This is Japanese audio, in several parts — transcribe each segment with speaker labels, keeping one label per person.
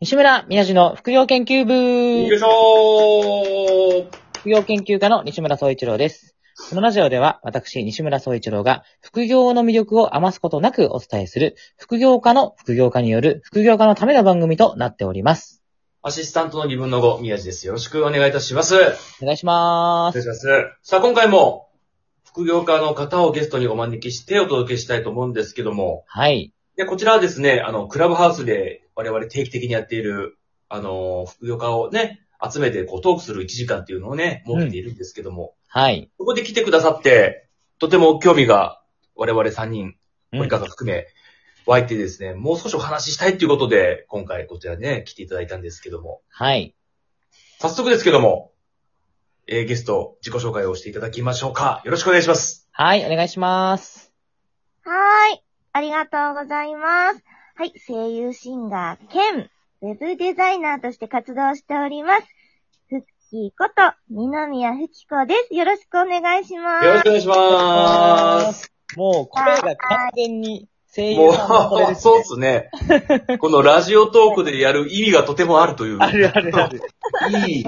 Speaker 1: 西村宮治の副業研究
Speaker 2: よい
Speaker 1: 部
Speaker 2: しょー
Speaker 1: 副業研究家の西村総一郎です。このラジオでは私、西村総一郎が副業の魅力を余すことなくお伝えする副業家の副業家による副業家のための番組となっております。
Speaker 2: アシスタントの二分の五、宮地です。よろしくお願いいたします。お願
Speaker 1: お願いします。
Speaker 2: いします。さあ、今回も、副業家の方をゲストにお招きしてお届けしたいと思うんですけども、
Speaker 1: はい。
Speaker 2: でこちらはですね、あの、クラブハウスで我々定期的にやっている、あの、副業家をね、集めてこうトークする1時間っていうのをね、設けているんですけども、
Speaker 1: はい。
Speaker 2: ここで来てくださって、とても興味が我々3人、
Speaker 1: うん
Speaker 2: 森川さん含め、湧いてですね、もう少しお話ししたいということで、今回こちらね、来ていただいたんですけども、
Speaker 1: はい。
Speaker 2: 早速ですけども、えーゲスト、自己紹介をしていただきましょうか。よろしくお願いします。
Speaker 1: はい。お願いします。
Speaker 3: はーい。ありがとうございます。はい。声優シンガー兼、ウェブデザイナーとして活動しております。ふっきーこと、二宮ふきこです。よろしくお願いします。
Speaker 2: よろしくお願いします。
Speaker 1: もう声が完全に声
Speaker 2: も
Speaker 1: 優さんの声
Speaker 2: う、
Speaker 1: です、
Speaker 2: そう
Speaker 1: ね
Speaker 2: で。す ね。このラジオトークでやる意味がとてもあるという、
Speaker 1: あるあるある。
Speaker 2: いい、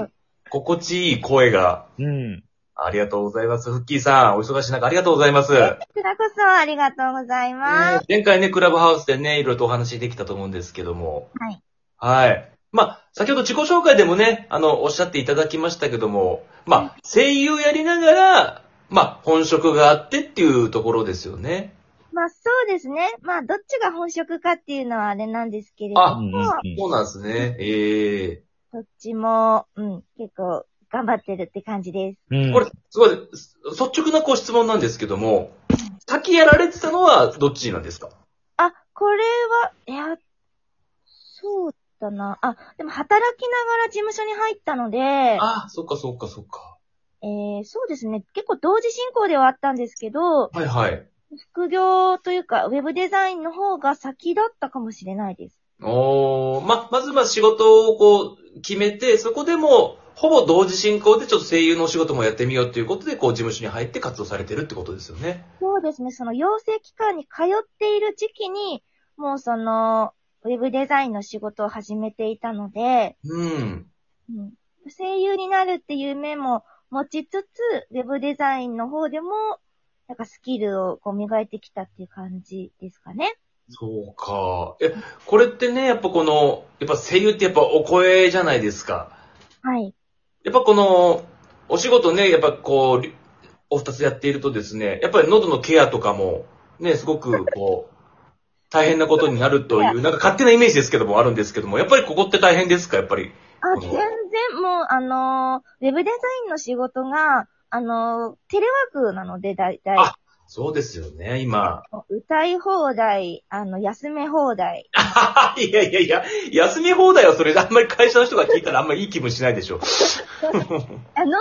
Speaker 2: 心地いい声が、
Speaker 1: うん。
Speaker 2: ありがとうございます。フッキーさん、お忙しい中ありがとうございます。
Speaker 3: こちらこそありがとうございます。
Speaker 2: 前回ね、クラブハウスでね、いろいろとお話できたと思うんですけども。
Speaker 3: はい。
Speaker 2: はい。まあ、先ほど自己紹介でもね、あの、おっしゃっていただきましたけども、まあ、声優やりながら、まあ、本職があってっていうところですよね。
Speaker 3: まあそうですね。まあどっちが本職かっていうのはあれなんですけれど
Speaker 2: あ
Speaker 1: うん
Speaker 3: も、
Speaker 2: そうなんですね。ええ
Speaker 3: どっちも、うん、結構頑張ってるって感じです。
Speaker 1: うんうん
Speaker 2: これ、すごい、す率直なご質問なんですけども、先やられてたのはどっちなんですか
Speaker 3: あ、これは、いや、そうだな。あ、でも働きながら事務所に入ったので、
Speaker 2: ああ、そっかそっかそっか。
Speaker 3: えー、そうですね。結構同時進行ではあったんですけど、
Speaker 2: はいはい。
Speaker 3: 副業というか、ウェブデザインの方が先だったかもしれないです。
Speaker 2: おー、ま、まずまず仕事をこう、決めて、そこでもう、ほぼ同時進行でちょっと声優のお仕事もやってみようっていうことで、こう、事務所に入って活動されてるってことですよね。
Speaker 3: そうですね。その養成期間に通っている時期に、もうその、ウェブデザインの仕事を始めていたので、
Speaker 2: うん。
Speaker 3: うん、声優になるっていう面も持ちつつ、ウェブデザインの方でも、なんかスキルをこう磨いてきたっていう感じですかね。
Speaker 2: そうか。え、これってね、やっぱこの、やっぱ声優ってやっぱお声じゃないですか。
Speaker 3: はい。
Speaker 2: やっぱこの、お仕事ね、やっぱこうり、お二つやっているとですね、やっぱり喉のケアとかも、ね、すごくこう、大変なことになるという、なんか勝手なイメージですけども、あるんですけども、やっぱりここって大変ですか、やっぱり。
Speaker 3: あ、
Speaker 2: この
Speaker 3: 全然もう、あのーウェブデザインの仕事が、あのーテレワークなので、だいたい。
Speaker 2: あそうですよね、今。
Speaker 3: 歌い放題、あの、休め放題。
Speaker 2: いやいやいや、休み放題はそれ、あんまり会社の人が聞いたらあんまりいい気分しないでしょ。
Speaker 3: あ、喉を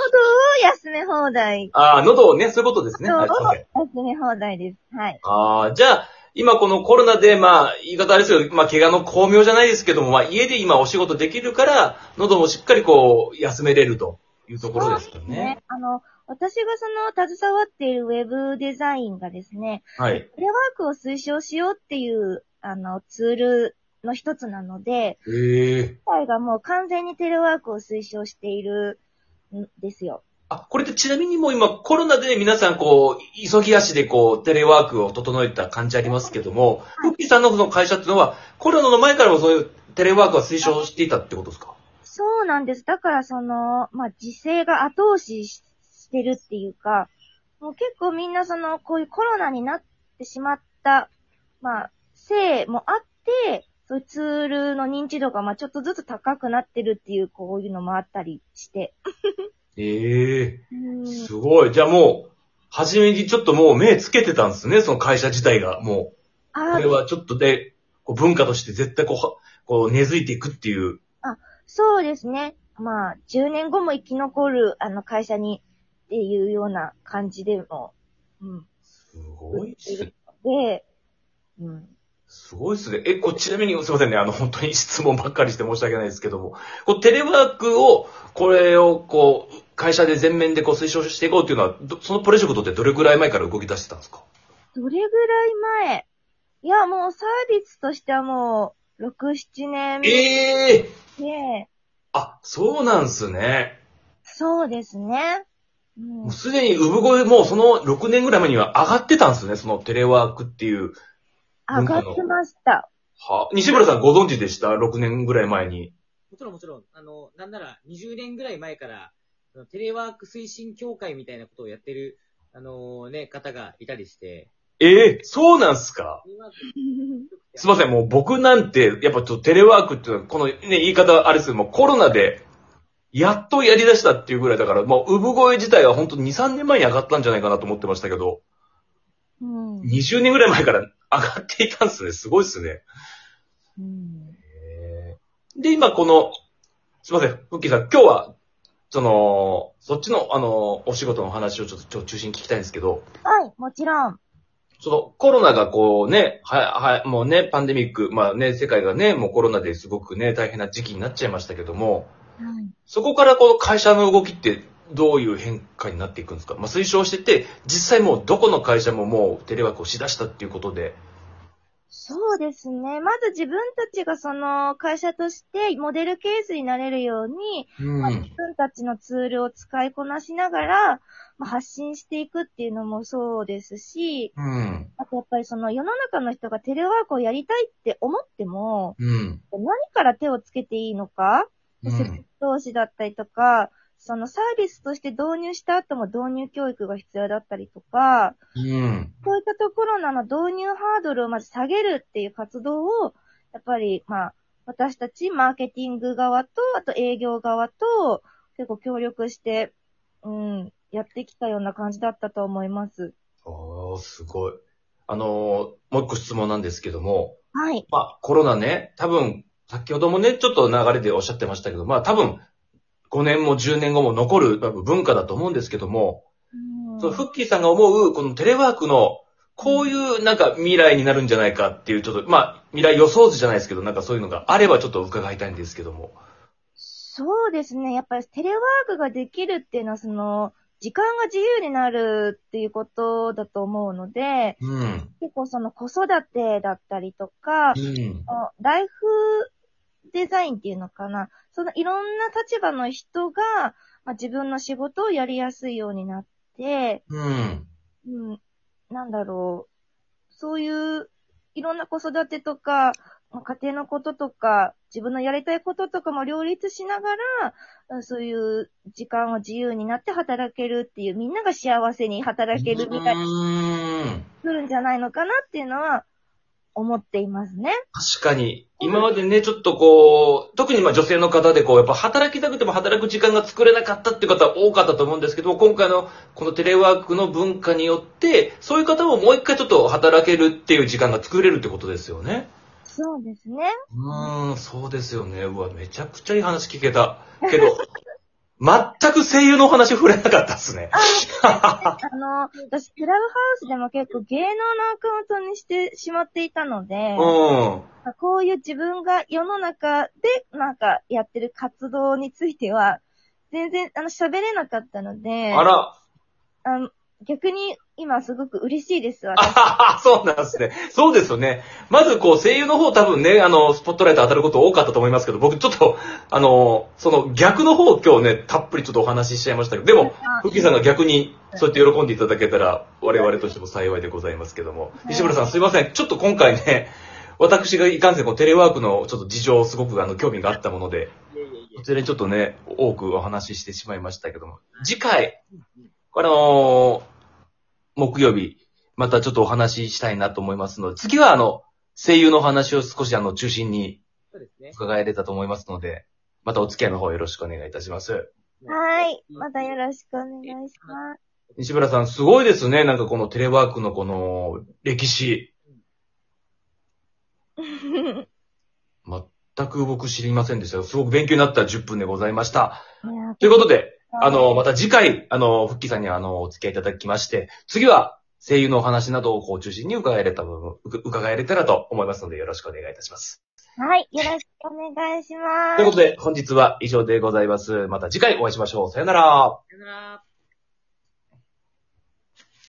Speaker 3: 休め放題。
Speaker 2: ああ、喉をね、そういうことですね。はい、すいません
Speaker 3: 休め放題です。はい。
Speaker 2: ああ、じゃあ、今このコロナで、まあ、言い方あれですけど、まあ、怪我の巧妙じゃないですけども、まあ、家で今お仕事できるから、喉もしっかりこう、休めれるというところですよね。
Speaker 3: ね。あの、私がその、携わっているウェブデザインがですね、
Speaker 2: はい。
Speaker 3: テレワークを推奨しようっていう、あの、ツールの一つなので、
Speaker 2: へえ。
Speaker 3: 今回がもう完全にテレワークを推奨しているんですよ。
Speaker 2: あ、これってちなみにもう今コロナで皆さんこう、急ぎ足でこう、テレワークを整えた感じありますけども、ふっきーさんのその会社っていうのは、コロナの前からもそういうテレワークは推奨していたってことですか
Speaker 3: そうなんです。だからその、まあ、自制が後押しししてるっていうか、もう結構みんなその、こういうコロナになってしまった、まあ、せいもあって、そういうツールの認知度が、まあ、ちょっとずつ高くなってるっていう、こういうのもあったりして。
Speaker 2: ええ
Speaker 3: うん。
Speaker 2: すごい。じゃあもう、初めにちょっともう目つけてたんですね、その会社自体が。もう、
Speaker 3: あ
Speaker 2: これ
Speaker 3: ー
Speaker 2: はちょっとで、こう文化として絶対こうは、こう根付いていくっていう。
Speaker 3: そうですね。まあ、10年後も生き残る、あの、会社に、っていうような感じでも、うん。
Speaker 2: すごいっすね。
Speaker 3: で、うん。
Speaker 2: すごいっすね。え、こうちなみにすいませんね、あの、本当に質問ばっかりして申し訳ないですけども、こうテレワークを、これをこう、会社で全面でこう推奨していこうっていうのは、どそのプロジェクトってどれくらい前から動き出してたんですか
Speaker 3: どれぐらい前いや、もうサービスとしてはもう、 6、7年目
Speaker 2: ええ
Speaker 3: で、
Speaker 2: あ、そうなんすね。
Speaker 3: そうですね。うん
Speaker 2: もう、すでに産声もうその6年ぐらい前には上がってたんすね、そのテレワークっていう。
Speaker 3: 上がってました。
Speaker 2: は西村さんご存知でした ?6 年ぐらい前に。
Speaker 1: もちろんもちろん、あの、なんなら20年ぐらい前から、そのテレワーク推進協会みたいなことをやってる、あのね、方がいたりして、
Speaker 2: ええそうなんすか
Speaker 1: テレワーク
Speaker 2: すいません、もう僕なんて、やっぱちょっとテレワークっていうのは、このね、言い方はあれですけども、コロナで、やっとやり出したっていうぐらいだから、もう産声自体は本当2、3年前に上がったんじゃないかなと思ってましたけど、
Speaker 3: うん。
Speaker 2: 20年ぐらい前から上がっていたんですね。すごいっすね。
Speaker 3: うん
Speaker 2: で、今この、すいません、フッキーさん、今日は、その、そっちの、あの、お仕事の話をちょっとちょ中心に聞きたいんですけど、
Speaker 3: はい、もちろん。
Speaker 2: そのコロナがこうね、は、は、もうね、パンデミック、まあね、世界がね、もうコロナですごくね、大変な時期になっちゃいましたけども、
Speaker 3: はい。
Speaker 2: そこからこの会社の動きってどういう変化になっていくんですかまあ推奨してて、実際もうどこの会社ももうテレワークをしだしたっていうことで。
Speaker 3: そうですね。まず自分たちがその会社としてモデルケースになれるように、
Speaker 2: う
Speaker 3: まあ自。分たちのツールを使いこなしながら、まあ、発信していくっていうのもそうですし、
Speaker 2: うん。
Speaker 3: あとやっぱりその世の中の人がテレワークをやりたいって思っても、
Speaker 2: うん。
Speaker 3: 何から手をつけていいのか、
Speaker 2: うん。
Speaker 3: 投資だったりとか、そのサービスとして導入した後も導入教育が必要だったりとか、
Speaker 2: うん。
Speaker 3: こういったところなの導入ハードルをまず下げるっていう活動を、やっぱり、まあ、私たちマーケティング側と、あと営業側と、結構協力して、うん、やってきたような感じだったと思います。
Speaker 2: おー、すごい。あのーもう一個質問なんですけども、
Speaker 3: はい。
Speaker 2: まあ、コロナね、多分、先ほどもね、ちょっと流れでおっしゃってましたけど、まあ、多分、5年も10年後も残る多分文化だと思うんですけども、
Speaker 3: うん
Speaker 2: そのフッキーさんが思う、このテレワークの、こういうなんか未来になるんじゃないかっていう、ちょっと、まあ、未来予想図じゃないですけど、なんかそういうのがあればちょっと伺いたいんですけども。
Speaker 3: そうですね。やっぱりテレワークができるっていうのは、その、時間が自由になるっていうことだと思うので、
Speaker 2: うん。
Speaker 3: 結構その子育てだったりとか
Speaker 2: う、ん。
Speaker 3: そのライフデザインっていうのかな。そのいろんな立場の人が、まあ、自分の仕事をやりやすいようになって、
Speaker 2: うん。
Speaker 3: うん、なんだろう。そういう、いろんな子育てとか、まあ家庭のこととか、自分のやりたいこととかも両立しながらうん、そういう時間を自由になって働けるっていう、みんなが幸せに働けるみたいに
Speaker 2: うん。
Speaker 3: なるんじゃないのかなっていうのは、思っていますね。
Speaker 2: 確かに。今までね、ちょっとこう、特にまあ女性の方でこう、やっぱ働きたくても働く時間が作れなかったっていう方多かったと思うんですけども、今回のこのテレワークの文化によって、そういう方ももう一回ちょっと働けるっていう時間が作れるってことですよね。
Speaker 3: そうですね。
Speaker 2: うーん、そうですよね。うわ、めちゃくちゃいい話聞け た。けど、全く声優のお話触れなかったっすね。
Speaker 3: あの、私、クラブハウスでも結構芸能のアカウントにしてしまっていたので、
Speaker 2: うん。
Speaker 3: こういう自分が世の中でなんかやってる活動については、全然あの喋れなかったので、
Speaker 2: あら。
Speaker 3: あの逆に今すごく嬉しいですわ。
Speaker 2: あははそうなんですね。そうですよね。まずこう、声優の方多分ね、あの、スポットライト当たること多かったと思いますけど、僕ちょっと、あの、その逆の方を今日ね、たっぷりちょっとお話ししちゃいましたけど、でも、
Speaker 3: あ
Speaker 2: ふっきーさんが逆に、そうやって喜んでいただけたら、我々としても幸いでございますけども。
Speaker 3: い
Speaker 2: 西村さんすいません。ちょっと今回ね、私がいかんせんこうテレワークのちょっと事情をすごくあの興味があったもので、
Speaker 1: いやいやいや
Speaker 2: こちらにちょっとね、多くお話ししてしまいましたけども、次回、これあのー木曜日、またちょっとお話ししたいなと思いますので、次はあの、声優のお話を少しあの、中心に
Speaker 1: そうですね。
Speaker 2: 伺えれたと思いますので、またお付き合いの方よろしくお願いいたします。
Speaker 3: はい。またよろしくお願いします。
Speaker 2: 西村さん、すごいですね。なんかこのテレワークのこの歴史、全く僕知りませんでしたがすごく勉強になった10分でございました。ということで、あの、また次回、あの、ふっきーさんにはあの、お付き合いいただきまして、次は声優のお話などをこう中心に伺えれた部分、うか伺えれたらと思いますので、よろしくお願いいたします。
Speaker 3: はい。よろしくお願いします。
Speaker 2: ということで、本日は以上でございます。また次回お会いしましょう。さよなら。
Speaker 1: さよなら。